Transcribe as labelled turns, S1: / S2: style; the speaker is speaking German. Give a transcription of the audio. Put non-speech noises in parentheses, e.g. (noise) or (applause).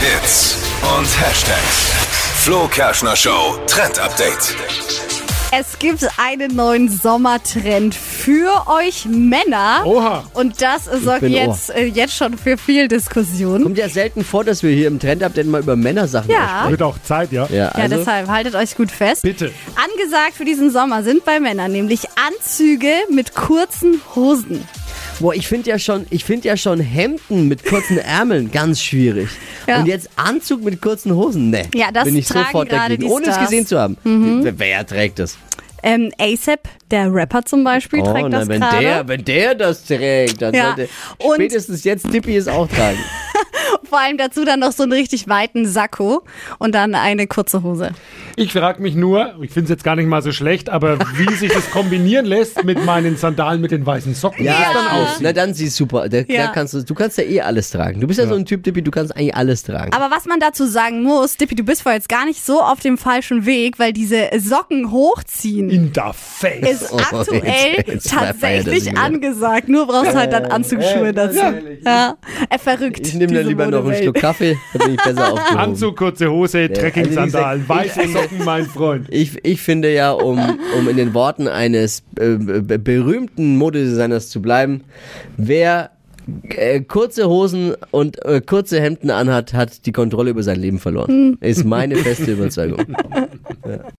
S1: Hits und Hashtags. Flo Kerschner Show Trend Update.
S2: Es gibt einen neuen Sommertrend für euch Männer.
S3: Oha.
S2: Und das sorgt
S4: Oh. bin
S2: jetzt, äh, jetzt schon für viel Diskussion.
S4: Kommt ja selten vor, dass wir hier im Trend-Update mal über Männersachen
S2: Ja.
S3: Wird auch Zeit, ja?
S4: sprechen. Ja,
S2: Ja,
S4: also,
S2: deshalb haltet euch gut fest.
S3: Bitte.
S2: Angesagt für diesen Sommer sind bei Männern nämlich Anzüge mit kurzen Hosen.
S4: boah, ich finde ja schon, ich finde ja schon Hemden mit kurzen Ärmeln ganz schwierig.
S2: Ja.
S4: Und jetzt Anzug mit kurzen Hosen, ne?
S2: Ja, das
S4: bin ich
S2: tragen
S4: sofort
S2: gerade
S4: dagegen,
S2: die
S4: ohne es
S2: Stars. Mhm.
S4: gesehen zu haben. Wer, wer trägt das?
S2: Ähm, ASAP, der Rapper zum Beispiel, trägt das
S4: Oh, wenn
S2: gerade.
S4: der, wenn der das trägt, dann
S2: Ja,
S4: sollte
S2: und-
S4: spätestens jetzt Dippy es auch
S2: (laughs)
S4: tragen.
S2: Vor allem dazu dann noch so einen richtig weiten Sakko und dann eine kurze Hose.
S3: Ich frage mich nur, ich finde es jetzt gar nicht mal so schlecht, aber wie sich das kombinieren lässt mit meinen Sandalen mit den weißen Socken. Wie es dann aussieht.
S4: na dann siehst super. Da,
S2: Ja.
S4: da kannst du, du kannst ja eh alles tragen. Du bist ja, so ein Typ, Dippy, du kannst eigentlich alles tragen.
S2: Aber was man dazu sagen muss, Dippy, du bist wohl jetzt gar nicht so auf dem falschen Weg, weil diese Socken hochziehen
S3: In der Face.
S2: ist
S4: (laughs) Oh,
S2: aktuell
S4: jetzt- jetzt feiert er sich
S2: tatsächlich
S4: wieder.
S2: angesagt. Nur brauchst halt dann Anzugsschuhe dazu. Ja, er verrückt.
S4: ich nehme dann
S2: diese
S4: lieber noch einen
S2: Modewelt.
S4: Schluck Kaffee, dann bin ich
S2: (laughs)
S4: besser aufgehoben.
S3: Anzug, kurze Hose, Trekking-Sandalen,
S4: also wie gesagt,
S3: weiße Socken, mein Freund.
S4: Ich, ich finde ja, um, um in den Worten eines äh, b- berühmten Modedesigners zu bleiben, wer äh, kurze Hosen und äh, kurze Hemden anhat, hat die Kontrolle über sein Leben verloren. Ist meine feste Überzeugung.